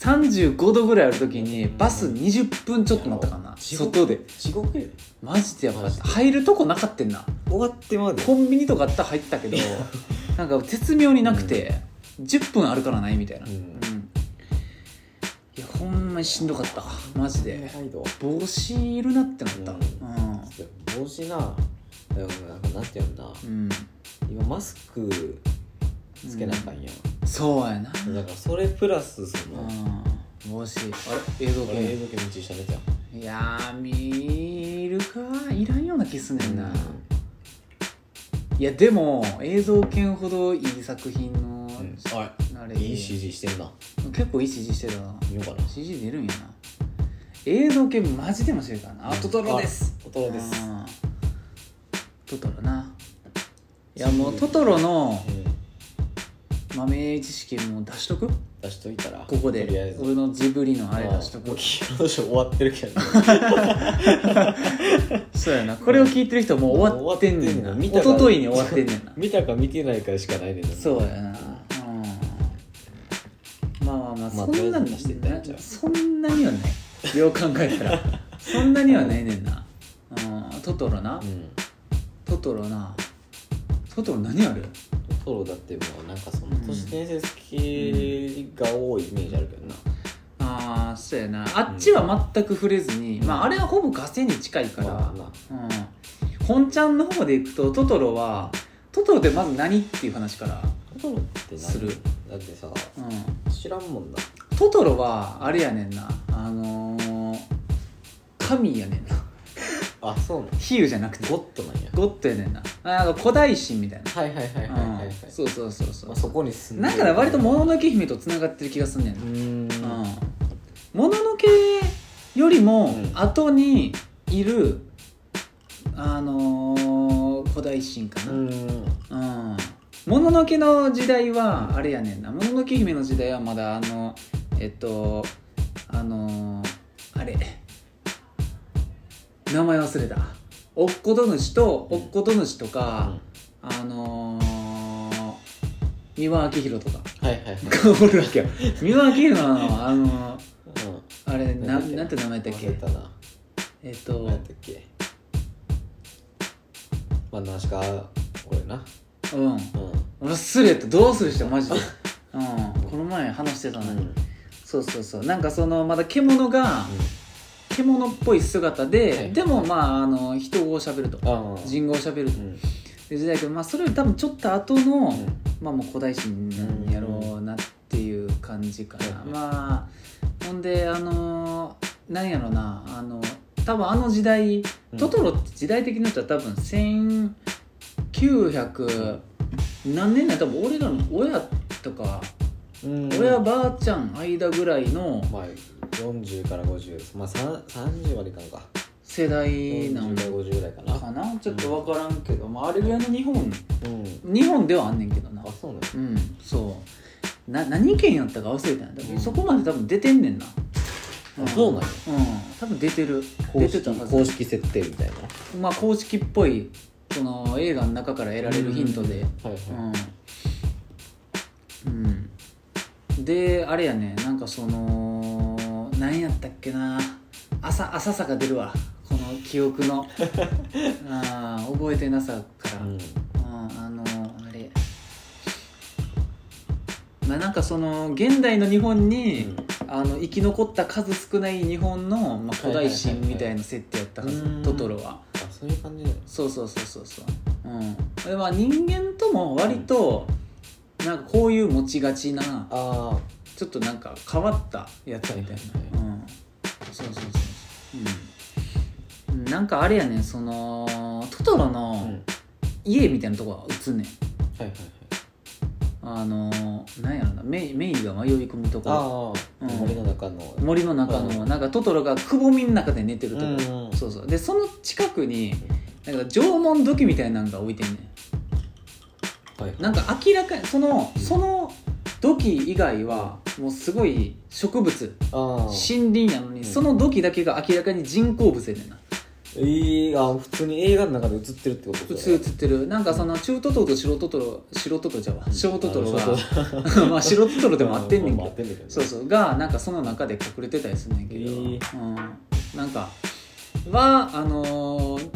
[SPEAKER 1] 35度ぐらいある時に
[SPEAKER 2] うん
[SPEAKER 1] バス20分ちょっと待ったかな
[SPEAKER 2] 地獄
[SPEAKER 1] 外で
[SPEAKER 2] 地獄やで
[SPEAKER 1] マジでやっぱ
[SPEAKER 2] マジで
[SPEAKER 1] 入るとこなかったんな
[SPEAKER 2] 終わってまで
[SPEAKER 1] コンビニとかあったら入ったけどなんか絶妙になくて、10分あるからないみたいな、
[SPEAKER 2] うん
[SPEAKER 1] うんいやほんまにしんどかったマジで
[SPEAKER 2] 態度
[SPEAKER 1] 帽子いるなってなったうん
[SPEAKER 2] 帽子なだからなんかなんていうのな
[SPEAKER 1] うん、
[SPEAKER 2] 今マスクつけなあかんやん、
[SPEAKER 1] そうやな、
[SPEAKER 2] だからそれプラスその、
[SPEAKER 1] うん、帽子あれ映像
[SPEAKER 2] 俺映
[SPEAKER 1] 系
[SPEAKER 2] 像系めっちゃしたねじゃん
[SPEAKER 1] いやー見るかいらんような気すんねんな、いやでも映像犬ほどいい作品の、
[SPEAKER 2] うんあ
[SPEAKER 1] あれ
[SPEAKER 2] れいい CG してんな
[SPEAKER 1] 結構いい CG してたな
[SPEAKER 2] 見ようかな
[SPEAKER 1] CG 出るんやな映像犬マジで面白いからなあトトロです
[SPEAKER 2] あトトロです
[SPEAKER 1] あートトロないやもうトトロの
[SPEAKER 2] うん
[SPEAKER 1] 豆知識もう出しとくこ
[SPEAKER 2] 出しといたら
[SPEAKER 1] こと
[SPEAKER 2] りあえ
[SPEAKER 1] で
[SPEAKER 2] ず
[SPEAKER 1] 俺のジブリのあれ出しと
[SPEAKER 2] も
[SPEAKER 1] く
[SPEAKER 2] う黄色の書終わってるけどね
[SPEAKER 1] そうやなこれを聞いてる人もう終わってんねんな
[SPEAKER 2] もう
[SPEAKER 1] 一
[SPEAKER 2] 終わってんねん
[SPEAKER 1] 昨日に終わってんねんな
[SPEAKER 2] 見たか見てないかしかないねんな
[SPEAKER 1] そうやなうんまあまあまあ
[SPEAKER 2] まあ
[SPEAKER 1] そんな
[SPEAKER 2] とりあえず出していったらいいんちゃう
[SPEAKER 1] そんなにはないよう考えたらそんなにはないねんなうんトトロな
[SPEAKER 2] うん
[SPEAKER 1] トトロなトトロ何ある
[SPEAKER 2] トトロだってもうなんかその都市伝説系が多いイメージあるけどな、
[SPEAKER 1] ああそうやなあっちは全く触れずに、
[SPEAKER 2] うん
[SPEAKER 1] まああれはほぼガセに近いから、
[SPEAKER 2] まあな
[SPEAKER 1] うん本ちゃんの方でいくとトトロはトトロってまず何っていう話から
[SPEAKER 2] トトロって何
[SPEAKER 1] する
[SPEAKER 2] だってさ
[SPEAKER 1] うん
[SPEAKER 2] 知らんもんな
[SPEAKER 1] トトロはあれやねんなあのー、神やねんな
[SPEAKER 2] あそうなん
[SPEAKER 1] 比喩じゃなくて
[SPEAKER 2] ゴッドなんや
[SPEAKER 1] ゴッドやねんなあなんか古代神みたいな
[SPEAKER 2] はいはいはいはいはい、はい
[SPEAKER 1] うんそうそうそうそ
[SPEAKER 2] ま
[SPEAKER 1] う
[SPEAKER 2] あ、そこに住んで
[SPEAKER 1] だから割と「もののけ姫」とつながってる気がすんねん
[SPEAKER 2] う
[SPEAKER 1] な
[SPEAKER 2] ーん
[SPEAKER 1] うんもののけよりも
[SPEAKER 2] うん
[SPEAKER 1] 後にいるあのー、古代神かな
[SPEAKER 2] うーん
[SPEAKER 1] うんもののけの時代はあれやねんなもののけ姫の時代はまだあのえっとあのあれ名前忘れたおっこと主とおっこと主とか、あのー、三輪明宏とか
[SPEAKER 2] はいはいはい、
[SPEAKER 1] がおるわけよ三輪明宏のあの
[SPEAKER 2] うん
[SPEAKER 1] あれな
[SPEAKER 2] だっけ
[SPEAKER 1] なんて名前だっ
[SPEAKER 2] 忘れ
[SPEAKER 1] け
[SPEAKER 2] たな
[SPEAKER 1] えっ
[SPEAKER 2] 何
[SPEAKER 1] と
[SPEAKER 2] やったっけまあ何しかこれな
[SPEAKER 1] うん
[SPEAKER 2] う
[SPEAKER 1] 俺スレットどうするしてマジでうんこの前話してた
[SPEAKER 2] ん
[SPEAKER 1] の
[SPEAKER 2] う
[SPEAKER 1] に、
[SPEAKER 2] ん
[SPEAKER 1] そうそうそうなんかそのまだ獣が獣っぽい姿で、
[SPEAKER 2] はい
[SPEAKER 1] でもまああの人語をしゃべると
[SPEAKER 2] ああ
[SPEAKER 1] 人語をしゃべると
[SPEAKER 2] う
[SPEAKER 1] っ
[SPEAKER 2] ん
[SPEAKER 1] て時代だけど、まあ、それより多分ちょっと後の、
[SPEAKER 2] うん
[SPEAKER 1] まあもう古代史なんやろうなっていう感じかな、
[SPEAKER 2] うん
[SPEAKER 1] まあほんであのなんやろなあの多分あの時代
[SPEAKER 2] うん
[SPEAKER 1] トトロって時代的に言ったら多分1900何年だ多分俺らの親とか、
[SPEAKER 2] うん
[SPEAKER 1] 親ばあちゃん間ぐらいの
[SPEAKER 2] まあ40から50まあさん30までいかんか
[SPEAKER 1] 世代な
[SPEAKER 2] 40
[SPEAKER 1] ん
[SPEAKER 2] から50ぐらいか
[SPEAKER 1] か
[SPEAKER 2] な
[SPEAKER 1] なちょっと分からんけど、まあ、あれぐらいの日本
[SPEAKER 2] うん
[SPEAKER 1] 日本ではあんねんけどな
[SPEAKER 2] あそうなの
[SPEAKER 1] うんそうな何県やったか忘れたんだ、
[SPEAKER 2] うん
[SPEAKER 1] そこまで多分出てんねんな、
[SPEAKER 2] あそうなん
[SPEAKER 1] う
[SPEAKER 2] や
[SPEAKER 1] ん多分出てる
[SPEAKER 2] 公
[SPEAKER 1] 出て
[SPEAKER 2] 式
[SPEAKER 1] たはず
[SPEAKER 2] 公式設定みたいなは
[SPEAKER 1] まあ公式っぽいその映画の中から得られるヒントで
[SPEAKER 2] いはい
[SPEAKER 1] うん、うんであれやねなんかその何やったっけな朝浅さが出るわこの記憶 のあー覚えてなさから、
[SPEAKER 2] うん
[SPEAKER 1] あーあのあれまあなんかその現代の日本に、あの生き残った数少ない日本の、まあ、古代
[SPEAKER 2] はい
[SPEAKER 1] 神
[SPEAKER 2] はいはいはい
[SPEAKER 1] みたいな設定やったはず、
[SPEAKER 2] うん
[SPEAKER 1] トトロは
[SPEAKER 2] あそういう感じだよ
[SPEAKER 1] そうそうそうそうそううんでまあ人間とも割となんかこういう持ちがちな
[SPEAKER 2] あ
[SPEAKER 1] ちょっとなんか変わったやつみたい
[SPEAKER 2] はい
[SPEAKER 1] な、うん、そうそうそうそううんなんかあれやねんそのトトロ
[SPEAKER 2] あうん
[SPEAKER 1] の家みたいなとこが映んねん、
[SPEAKER 2] はいはいはい
[SPEAKER 1] あのーなんやろなメイメイが迷い込むとこ
[SPEAKER 2] ああ、
[SPEAKER 1] うん
[SPEAKER 2] 森の中の
[SPEAKER 1] 森の中の、
[SPEAKER 2] う
[SPEAKER 1] なんかトトロがくぼみの中で寝てるとこ、
[SPEAKER 2] うん
[SPEAKER 1] そうそうでその近くになんか縄文土器みたいなのが置いてんね
[SPEAKER 2] はい
[SPEAKER 1] んなんか明らかにその
[SPEAKER 2] うん
[SPEAKER 1] その土器以外はもうすごい植物
[SPEAKER 2] ああ
[SPEAKER 1] 森林やのに
[SPEAKER 2] ん
[SPEAKER 1] その土器だけが明らかに人工物やねんな
[SPEAKER 2] ええあ普通に映画の中で映ってるってこ
[SPEAKER 1] 普
[SPEAKER 2] と
[SPEAKER 1] 通映ってるなんかその中トトロと白トトロ白トトロじゃわ小トトロが まあ白トトロでも合ってんねんけ
[SPEAKER 2] 合
[SPEAKER 1] ど
[SPEAKER 2] ってんねんけどね
[SPEAKER 1] そうそうがなんかその中で隠れてたりするんだけど、
[SPEAKER 2] へえ
[SPEAKER 1] うん、なんかはあのー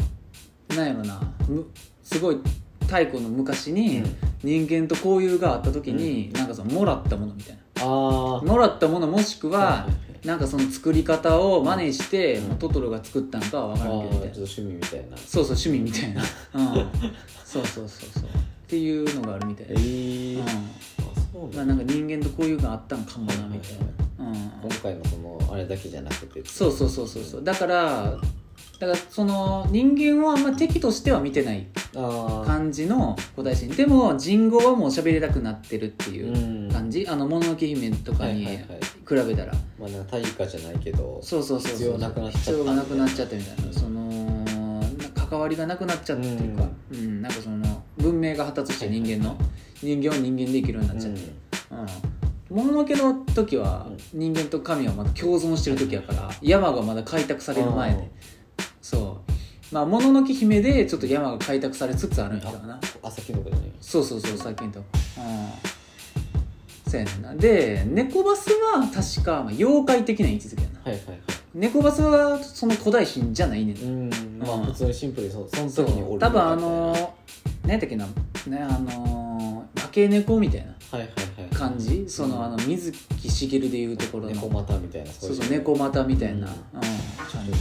[SPEAKER 1] なんやろなむすごい太古の昔に
[SPEAKER 2] うん
[SPEAKER 1] 人間と交友があった時に、なんかそのもらったものみたい
[SPEAKER 2] あ
[SPEAKER 1] なもらったものもしく
[SPEAKER 2] あ
[SPEAKER 1] は、なんかその作り方を真似して、
[SPEAKER 2] うん
[SPEAKER 1] もうトトロが作ったんかは
[SPEAKER 2] あ
[SPEAKER 1] 分
[SPEAKER 2] あち
[SPEAKER 1] からん
[SPEAKER 2] ょ
[SPEAKER 1] け
[SPEAKER 2] っ
[SPEAKER 1] ど
[SPEAKER 2] と
[SPEAKER 1] みたいな
[SPEAKER 2] 趣味みたいな
[SPEAKER 1] そうそう趣味みた いな、うん、そうそうそうそうっていうのがあるみたい
[SPEAKER 2] え
[SPEAKER 1] で、う
[SPEAKER 2] え
[SPEAKER 1] ん
[SPEAKER 2] あそう
[SPEAKER 1] ま
[SPEAKER 2] な
[SPEAKER 1] あ、
[SPEAKER 2] ん
[SPEAKER 1] な
[SPEAKER 2] だ
[SPEAKER 1] んか人間と交友があったんかもなみたいな、うん
[SPEAKER 2] 今、回のそのあれだけじゃなくて
[SPEAKER 1] そうそうそうそうそうだからだからその人間をあんま敵としては見てない
[SPEAKER 2] ああ
[SPEAKER 1] 感じの古代人でも人語はもう喋れなくなってるっていううん感じ、あのもののけ姫とかに
[SPEAKER 2] はい
[SPEAKER 1] 比
[SPEAKER 2] はいはい
[SPEAKER 1] べたら、
[SPEAKER 2] まあなんか対価じゃないけど
[SPEAKER 1] そうそうそうそう
[SPEAKER 2] 必要なくなっちゃった
[SPEAKER 1] 必要がなくなっちゃったみたいな、
[SPEAKER 2] うん
[SPEAKER 1] そのな関わりがなくなっちゃったっていうか、うんなんかその文明が発達して人間の、人間は人間で生きるようになっちゃって、うんもののけの時は人間と神はまだ共存してる時やから山がまだ開拓される前でそうまあもののけ姫でちょっと山が開拓されつつあるんやろうな
[SPEAKER 2] 朝キノコじゃない
[SPEAKER 1] そうそうそうさっきのとこうんそうやねんなで猫バスは確か、まあ、妖怪的な位置づけやな
[SPEAKER 2] はいはいはい
[SPEAKER 1] 猫バスはその古代品じゃないねんな
[SPEAKER 2] うんま
[SPEAKER 1] うん
[SPEAKER 2] あ普通にシンプルにそその
[SPEAKER 1] そう
[SPEAKER 2] 時におる
[SPEAKER 1] 多分あのー何やったっけな、ね、あのー化け猫みたいな
[SPEAKER 2] はいはいはい
[SPEAKER 1] 感じそのあの水木しげるでいうところの
[SPEAKER 2] 猫股みたいな
[SPEAKER 1] そうそう猫
[SPEAKER 2] 股
[SPEAKER 1] 股みたいな、
[SPEAKER 2] うん
[SPEAKER 1] うん感じで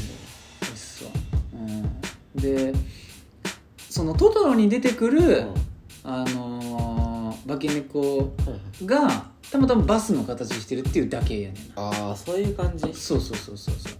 [SPEAKER 1] すわ、うん、でそのトトロに出てくる、あのー、化け猫がたまたまバスの形してるっていうだけやねんな
[SPEAKER 2] ああそういう感じ
[SPEAKER 1] そうそうそうそうそ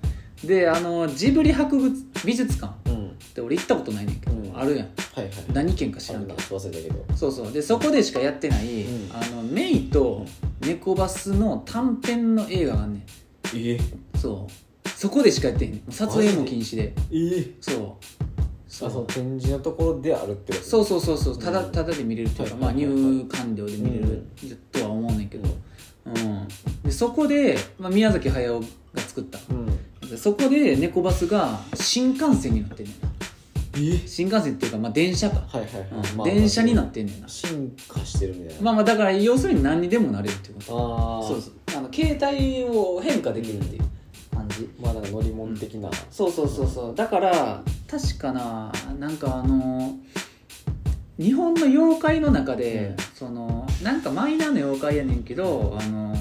[SPEAKER 1] うであのジブリ博物美術館っ
[SPEAKER 2] うん
[SPEAKER 1] て俺行ったことないねんけど、
[SPEAKER 2] うん
[SPEAKER 1] あるやん
[SPEAKER 2] はいはい
[SPEAKER 1] 何県か知
[SPEAKER 2] 知
[SPEAKER 1] ら
[SPEAKER 2] ら
[SPEAKER 1] ん
[SPEAKER 2] ん
[SPEAKER 1] け
[SPEAKER 2] な
[SPEAKER 1] ど
[SPEAKER 2] 忘れたけど
[SPEAKER 1] そうそうでそこでしかやってない、
[SPEAKER 2] うん
[SPEAKER 1] あのメイと猫バスの短編の映画があんね
[SPEAKER 2] ええ
[SPEAKER 1] んそうそこでしかやってへんねんもう撮影も
[SPEAKER 2] マジで
[SPEAKER 1] 禁止で
[SPEAKER 2] ええ
[SPEAKER 1] そうそ
[SPEAKER 2] あそうの展示のところであるってこと
[SPEAKER 1] そううそうそうそうただ
[SPEAKER 2] うん
[SPEAKER 1] ただで見れるというか、
[SPEAKER 2] はい
[SPEAKER 1] まあ、
[SPEAKER 2] はい
[SPEAKER 1] 入
[SPEAKER 2] はいはい
[SPEAKER 1] 館料で見れるとは思うねんけど、うん、でそこで、まあ、宮崎駿が作った
[SPEAKER 2] うん
[SPEAKER 1] でそこで猫バスが新幹線になってんねんな
[SPEAKER 2] え
[SPEAKER 1] 新幹線っていうか、まあ、電車か、
[SPEAKER 2] はいはいはい
[SPEAKER 1] うん
[SPEAKER 2] まあ
[SPEAKER 1] 電車になってんねんな
[SPEAKER 2] 進化してるみたいな
[SPEAKER 1] まあまあだから要するに何にでもなれるっていうこと
[SPEAKER 2] ああ
[SPEAKER 1] そうそうあの携帯を変化できるっていう感じ、
[SPEAKER 2] まあなんか乗り物的な
[SPEAKER 1] そうそうそうそうだから確かななんかあの日本の妖怪の中で、
[SPEAKER 2] うん
[SPEAKER 1] そのなんかマイナーな妖怪やねんけどあの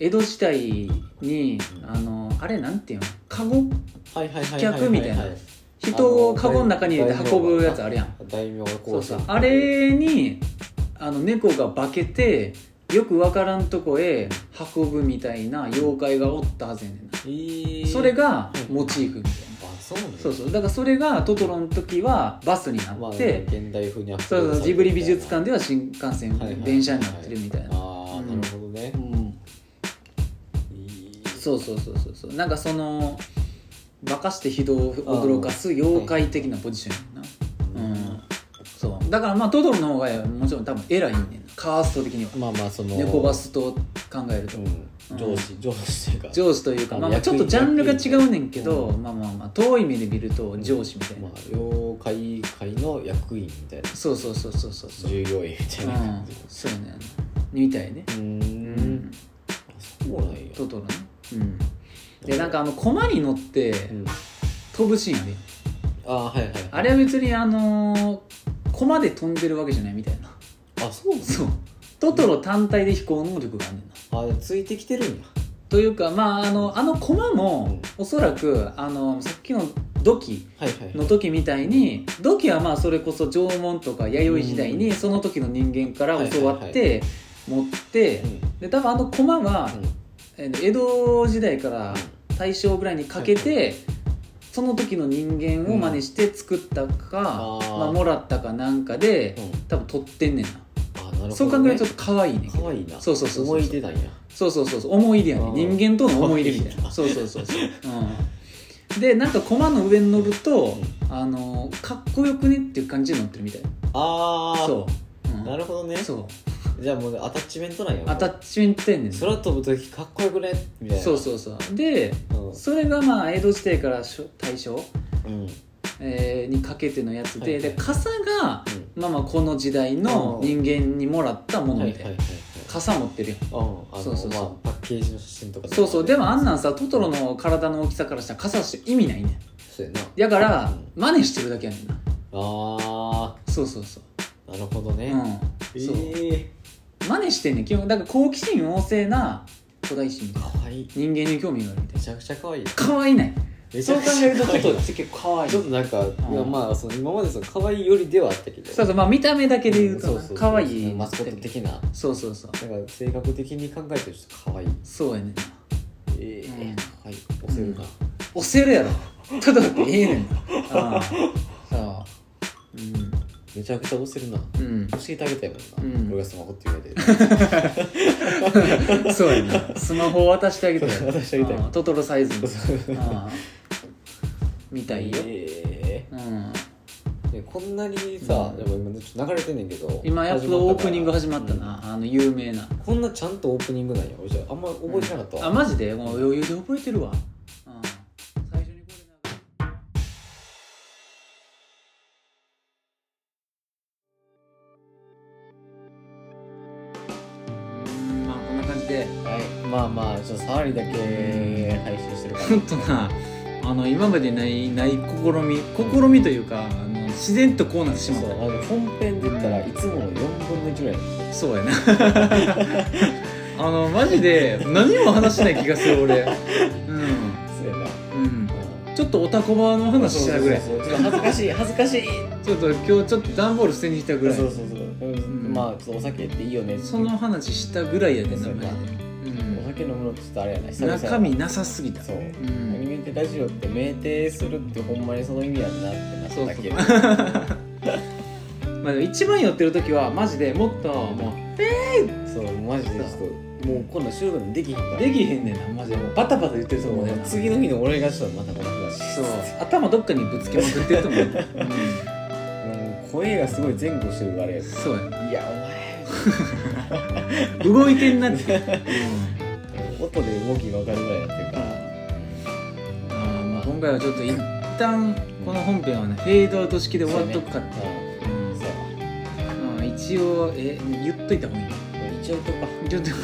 [SPEAKER 1] 江戸時代にあのあれなんていうのカゴ
[SPEAKER 2] はいはいはい
[SPEAKER 1] 飛脚みたいな人をカゴの中に入れて運ぶやつあるやん
[SPEAKER 2] 大名
[SPEAKER 1] そ
[SPEAKER 2] こ
[SPEAKER 1] うそうあれにあの猫が化けてよくわからんとこへ運ぶみたいな妖怪がおったはずやねんな、
[SPEAKER 2] えー
[SPEAKER 1] それが
[SPEAKER 2] はい
[SPEAKER 1] モチーフみたいな
[SPEAKER 2] あそうなんだ
[SPEAKER 1] そうそうだからそれがトトロの時はバスにな
[SPEAKER 2] まあ、
[SPEAKER 1] っ
[SPEAKER 2] 現
[SPEAKER 1] て、
[SPEAKER 2] 代風にアップ
[SPEAKER 1] そうそうジブリ美術館
[SPEAKER 2] で
[SPEAKER 1] では新幹線、電車になってるみたいな、
[SPEAKER 2] ああなるほどね
[SPEAKER 1] う、ん、
[SPEAKER 2] いい
[SPEAKER 1] そうそうそうそうそうなんかその化かして人を驚かす妖怪的なポジションやなうん、そうだからまあトトロの方がもちろん多分偉いねんなカースト的には
[SPEAKER 2] まあまあその
[SPEAKER 1] 猫バ、スと考えると、
[SPEAKER 2] うん、上司上司っていうか
[SPEAKER 1] 上司というか、
[SPEAKER 2] あ
[SPEAKER 1] まあ、まあ
[SPEAKER 2] 役
[SPEAKER 1] ちょっとジャンルが違うねんけど、まあまあまあ遠い目で見ると上司みたいな、
[SPEAKER 2] まあ妖怪界の役員みたいな
[SPEAKER 1] そうそうそうそうそうそう
[SPEAKER 2] 従業員みたいな
[SPEAKER 1] うん
[SPEAKER 2] 感じ、
[SPEAKER 1] そうやねみたいね
[SPEAKER 2] うー
[SPEAKER 1] うんトトロねうんでなんかあの駒に乗って
[SPEAKER 2] うん、
[SPEAKER 1] 飛ぶシーンね
[SPEAKER 2] ああはいはい
[SPEAKER 1] あれは別にあのー、駒で飛んでるわけじゃないみたいな
[SPEAKER 2] あそうなん
[SPEAKER 1] そうトトロ単体で飛行能力があんねんな
[SPEAKER 2] あじゃあついてきてるんだ
[SPEAKER 1] というかまああのあの駒もおそらくあのさっきの土器
[SPEAKER 2] はいはい
[SPEAKER 1] の時みたいに土器はまあそれこそ縄文とか弥生時代
[SPEAKER 2] う
[SPEAKER 1] に
[SPEAKER 2] ん
[SPEAKER 1] その時の人間から教わっ
[SPEAKER 2] はいは
[SPEAKER 1] て持って
[SPEAKER 2] うん
[SPEAKER 1] で多分あの駒は
[SPEAKER 2] うん
[SPEAKER 1] えー江戸時代から大正ぐらいにかけてその時の人間を真似して作ったか、
[SPEAKER 2] あー
[SPEAKER 1] まあ、もらったかなんかで
[SPEAKER 2] うん
[SPEAKER 1] 多分取ってんねんな
[SPEAKER 2] あなるほど、ね、
[SPEAKER 1] そう考えるとちょっと可愛いねんけど
[SPEAKER 2] 可愛いな
[SPEAKER 1] そうそうそうそう
[SPEAKER 2] 思い出なんや
[SPEAKER 1] そうそうそうそう思い出や
[SPEAKER 2] あ
[SPEAKER 1] ね
[SPEAKER 2] ー
[SPEAKER 1] 人間との思い出みたい
[SPEAKER 2] 可愛い
[SPEAKER 1] な
[SPEAKER 2] な
[SPEAKER 1] そうそうそうそう、うん、でなんか駒の上に乗ると、あのーかっこよくねっていう感じで乗ってるみたい
[SPEAKER 2] ああ
[SPEAKER 1] そう、うん、
[SPEAKER 2] なるほどね
[SPEAKER 1] そう
[SPEAKER 2] じゃあもうアタッチメントなんや
[SPEAKER 1] アタッチメントやねん
[SPEAKER 2] 空飛ぶ時かっこよくねみたいな
[SPEAKER 1] そうそうそうで
[SPEAKER 2] うん、
[SPEAKER 1] それがまあ江戸時代からしょ大正
[SPEAKER 2] うんうん、
[SPEAKER 1] えーにかけてのやつで,、
[SPEAKER 2] はい
[SPEAKER 1] で傘が、まあ、まあこの時代の人間にもらったもの
[SPEAKER 2] はい
[SPEAKER 1] み
[SPEAKER 2] は
[SPEAKER 1] た
[SPEAKER 2] い
[SPEAKER 1] いな、
[SPEAKER 2] はいはい
[SPEAKER 1] 傘持ってるやん
[SPEAKER 2] うんあの
[SPEAKER 1] そうそうそう
[SPEAKER 2] まあ、パッケージの写真とか
[SPEAKER 1] そうそうでもあん
[SPEAKER 2] な
[SPEAKER 1] なんさトトロの体の大きさからしたら傘して意味ないねん
[SPEAKER 2] そうやな
[SPEAKER 1] だから
[SPEAKER 2] う
[SPEAKER 1] 真似してるだけやねんな
[SPEAKER 2] あ
[SPEAKER 1] そうそうそう
[SPEAKER 2] あなるほど
[SPEAKER 1] う
[SPEAKER 2] ね、
[SPEAKER 1] ん
[SPEAKER 2] え
[SPEAKER 1] そう
[SPEAKER 2] え
[SPEAKER 1] 真似してんねん基本だから好奇心旺盛な古代史みたいな
[SPEAKER 2] かわいい
[SPEAKER 1] 人間に興味があるみたい
[SPEAKER 2] めちゃくちゃかわいいな
[SPEAKER 1] な可愛いない
[SPEAKER 2] めち
[SPEAKER 1] そ
[SPEAKER 2] ゃ
[SPEAKER 1] う
[SPEAKER 2] く
[SPEAKER 1] 考
[SPEAKER 2] ち
[SPEAKER 1] え
[SPEAKER 2] ゃ
[SPEAKER 1] ると
[SPEAKER 2] 可
[SPEAKER 1] ト
[SPEAKER 2] 愛い
[SPEAKER 1] トロって結構可愛い
[SPEAKER 2] ちょっとなんか、いやまあその今までその可愛いよりではあったけど
[SPEAKER 1] そうそうまあ見た目だけで言うと
[SPEAKER 2] んそそ
[SPEAKER 1] 可愛い
[SPEAKER 2] マスコット的ななんか
[SPEAKER 1] そうそうそう
[SPEAKER 2] 性格的に考えてる人可愛い
[SPEAKER 1] そうやねんな
[SPEAKER 2] ええ
[SPEAKER 1] うん
[SPEAKER 2] はい押せるな、
[SPEAKER 1] 押せるやろちょっと待ってええねんなそう
[SPEAKER 2] めちゃくちゃ押せるな教
[SPEAKER 1] うん、
[SPEAKER 2] えてあげたいもん
[SPEAKER 1] う
[SPEAKER 2] な、
[SPEAKER 1] ん
[SPEAKER 2] 俺がスマホって言われて
[SPEAKER 1] うん、そうやなスマホを渡してあげたい
[SPEAKER 2] 渡してあげたい
[SPEAKER 1] うんトトロサイズの うんみたいよ、
[SPEAKER 2] え
[SPEAKER 1] うん、
[SPEAKER 2] えねこんなにさ、
[SPEAKER 1] うん
[SPEAKER 2] でも今ちょっと流れてんねんけど
[SPEAKER 1] 今やっとオープニング始まった
[SPEAKER 2] うん
[SPEAKER 1] な、あの有名な
[SPEAKER 2] こんなちゃんとオープニングなんや俺じゃああんま覚えてなかったわ、
[SPEAKER 1] あマジでもう余裕で覚えてるわ、うん、最初にこれなうんまあこんな感じで
[SPEAKER 2] はい、まあまあちょっと触りだけ配信して るから
[SPEAKER 1] ちょっとなあの今までないない試み試みというかあの自然とこうなってしまっ
[SPEAKER 2] そう
[SPEAKER 1] た
[SPEAKER 2] あの本編で言ったらいつもの4分の1ぐらい
[SPEAKER 1] そう やなあのマジで何も話しない気がする俺うん
[SPEAKER 2] そうやな、
[SPEAKER 1] うんちょっとオタコバの話したぐらい
[SPEAKER 2] そうそうそうちょっと恥ずかし い恥ずかしい
[SPEAKER 1] ちょっと今日ちょっと段ボール捨てに来たぐらい
[SPEAKER 2] そうそうそう、うん
[SPEAKER 1] ん
[SPEAKER 2] まあちょっとお酒っていいよねって
[SPEAKER 1] その話したぐらいやねん
[SPEAKER 2] そ
[SPEAKER 1] な
[SPEAKER 2] う
[SPEAKER 1] マジで
[SPEAKER 2] やなお酒飲むのってちょっとあれやね
[SPEAKER 1] うん中身なさすぎた
[SPEAKER 2] そう、
[SPEAKER 1] ん
[SPEAKER 2] アニメってラジオって明定するってほんまにその意味やんなってなった けど
[SPEAKER 1] そうまあ、でも一番寄ってる時はマジでもっとも
[SPEAKER 2] そうマジでちょっともうこんなん収録できひんから
[SPEAKER 1] うできへんねんなマジでもうバタバタ言ってると
[SPEAKER 2] そう
[SPEAKER 1] 思うねんなそう
[SPEAKER 2] 次の日の俺がちょっとまたこの話
[SPEAKER 1] 頭どっかにぶつけまくってると思うね、
[SPEAKER 2] もう声がすごい前後してるからあれや
[SPEAKER 1] うん、そうやな
[SPEAKER 2] けどいやお前
[SPEAKER 1] 動いてんなって、うん
[SPEAKER 2] 音で動きが分かるぐらいになってるから
[SPEAKER 1] あーまあ今回はちょっと一旦この本編はねフェードアウト式で終わっとくかって
[SPEAKER 2] そうやね
[SPEAKER 1] うんま
[SPEAKER 2] そうや
[SPEAKER 1] あ一応え言っといた方がいいな
[SPEAKER 2] わ一応とかも
[SPEAKER 1] ちょっと
[SPEAKER 2] う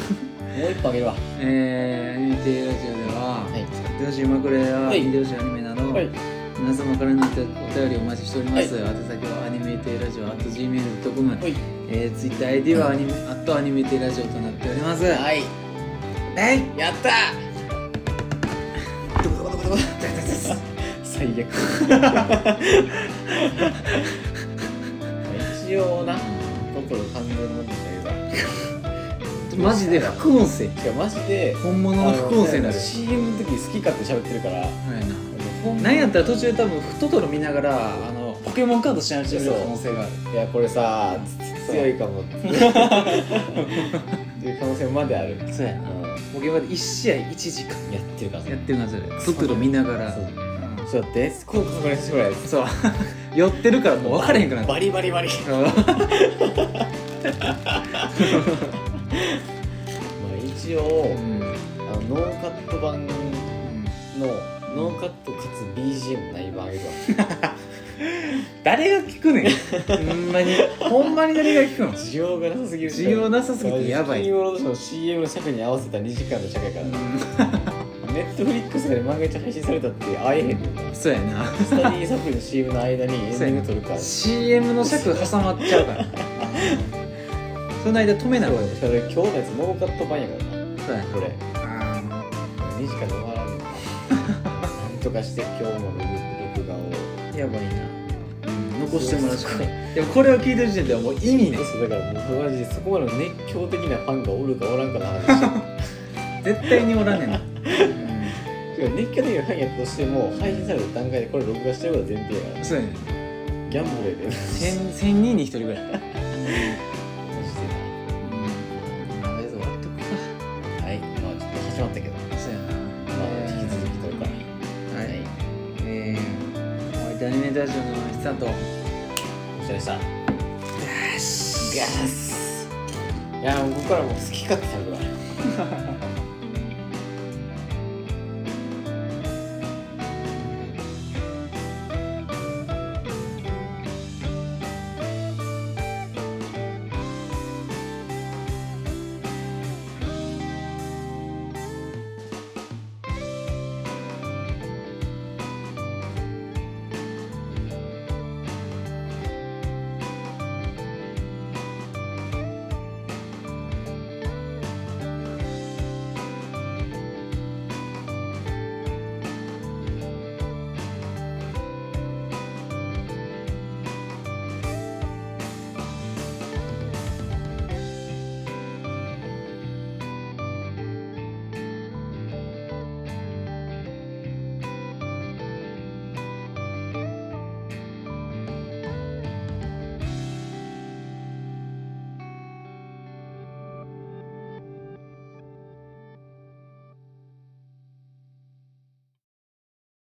[SPEAKER 2] 一本あげるわは
[SPEAKER 1] えー、アニメテイラジオでは、
[SPEAKER 2] い
[SPEAKER 1] どうしようまくれや、
[SPEAKER 2] はい
[SPEAKER 1] ビデオシアニメなど、
[SPEAKER 2] はい
[SPEAKER 1] 皆様からのお便りお待ちしております。宛先はアニメテイラジオ at gmail.com、
[SPEAKER 2] はい
[SPEAKER 1] えー、Twitter ID はアニメ、アットアニメテイラジオとなっております。い。
[SPEAKER 2] はい
[SPEAKER 1] はい。
[SPEAKER 2] やったーどこどこどこどこ最悪一応なトトロ完全無視したけ
[SPEAKER 1] マジで副音声。
[SPEAKER 2] どしかもマジで
[SPEAKER 1] 本物の副音声にな
[SPEAKER 2] あの
[SPEAKER 1] る。
[SPEAKER 2] CM の時好き勝手喋ってるから
[SPEAKER 1] はいな。
[SPEAKER 2] ほん
[SPEAKER 1] なんやったら途中多分トトロ見ながらあのポケモンカードしながらしてる可能性がある
[SPEAKER 2] いやこれさ強い かもっていう可能性まである、
[SPEAKER 1] そうやなポケモンで1試合1時間
[SPEAKER 2] やってるから
[SPEAKER 1] やってる感じでトトロ見ながら
[SPEAKER 2] そう
[SPEAKER 1] うん
[SPEAKER 2] そうやって効果これすごいです
[SPEAKER 1] そう寄ってるからもう分からへんくなった
[SPEAKER 2] バリバリバリ
[SPEAKER 1] うん
[SPEAKER 2] まあ一応
[SPEAKER 1] うん
[SPEAKER 2] あのノーカット版のノーカットかつ BGM ない場合げるわ
[SPEAKER 1] 誰が聞くねんほんまにほんまに誰が聞くの
[SPEAKER 2] 需要がなさすぎる
[SPEAKER 1] 需要なさすぎてやばい
[SPEAKER 2] 金曜ロードショー CM の尺に合わせた2時間の尺やからなネットフリックスで漫画一配信されたって会えへんねんな
[SPEAKER 1] そうやな
[SPEAKER 2] スタディサプリの CM の間にエンディング取るから
[SPEAKER 1] CM の尺挟まっちゃ うからその間止めな
[SPEAKER 2] そう
[SPEAKER 1] こ
[SPEAKER 2] やねそれ今日のやつノーカット版やからな
[SPEAKER 1] そうやな
[SPEAKER 2] これ
[SPEAKER 1] あー
[SPEAKER 2] 2時間で終わらんねんななんとかして今日も録画を
[SPEAKER 1] やばいな、うん、残してもらうしか ないでもこれを聞いてる時点ではもう意味ね
[SPEAKER 2] そうだからもうマジでそこまでの熱狂的なファンがおるかおらんかの話してる
[SPEAKER 1] 絶対におらんねん な、
[SPEAKER 2] てか熱狂的なファンやったとしても配信された段階でこれ録画してることは前提やか
[SPEAKER 1] う
[SPEAKER 2] ら
[SPEAKER 1] ん、そうやねん
[SPEAKER 2] ギャンブル やで
[SPEAKER 1] 1000 1000人に1人ぐらい
[SPEAKER 2] マジで
[SPEAKER 1] うんりあえず終わっとくか
[SPEAKER 2] はい、まあちょっと始まったけど、
[SPEAKER 1] そうやな
[SPEAKER 2] まあ引き続き撮るから。
[SPEAKER 1] は
[SPEAKER 2] は
[SPEAKER 1] い、
[SPEAKER 2] い
[SPEAKER 1] えー、お相手アニメーターラジオの筆さんと
[SPEAKER 2] お疲れ様でした。
[SPEAKER 1] ガ
[SPEAKER 2] ガス。いやもうここからもう好き勝手食べるわ。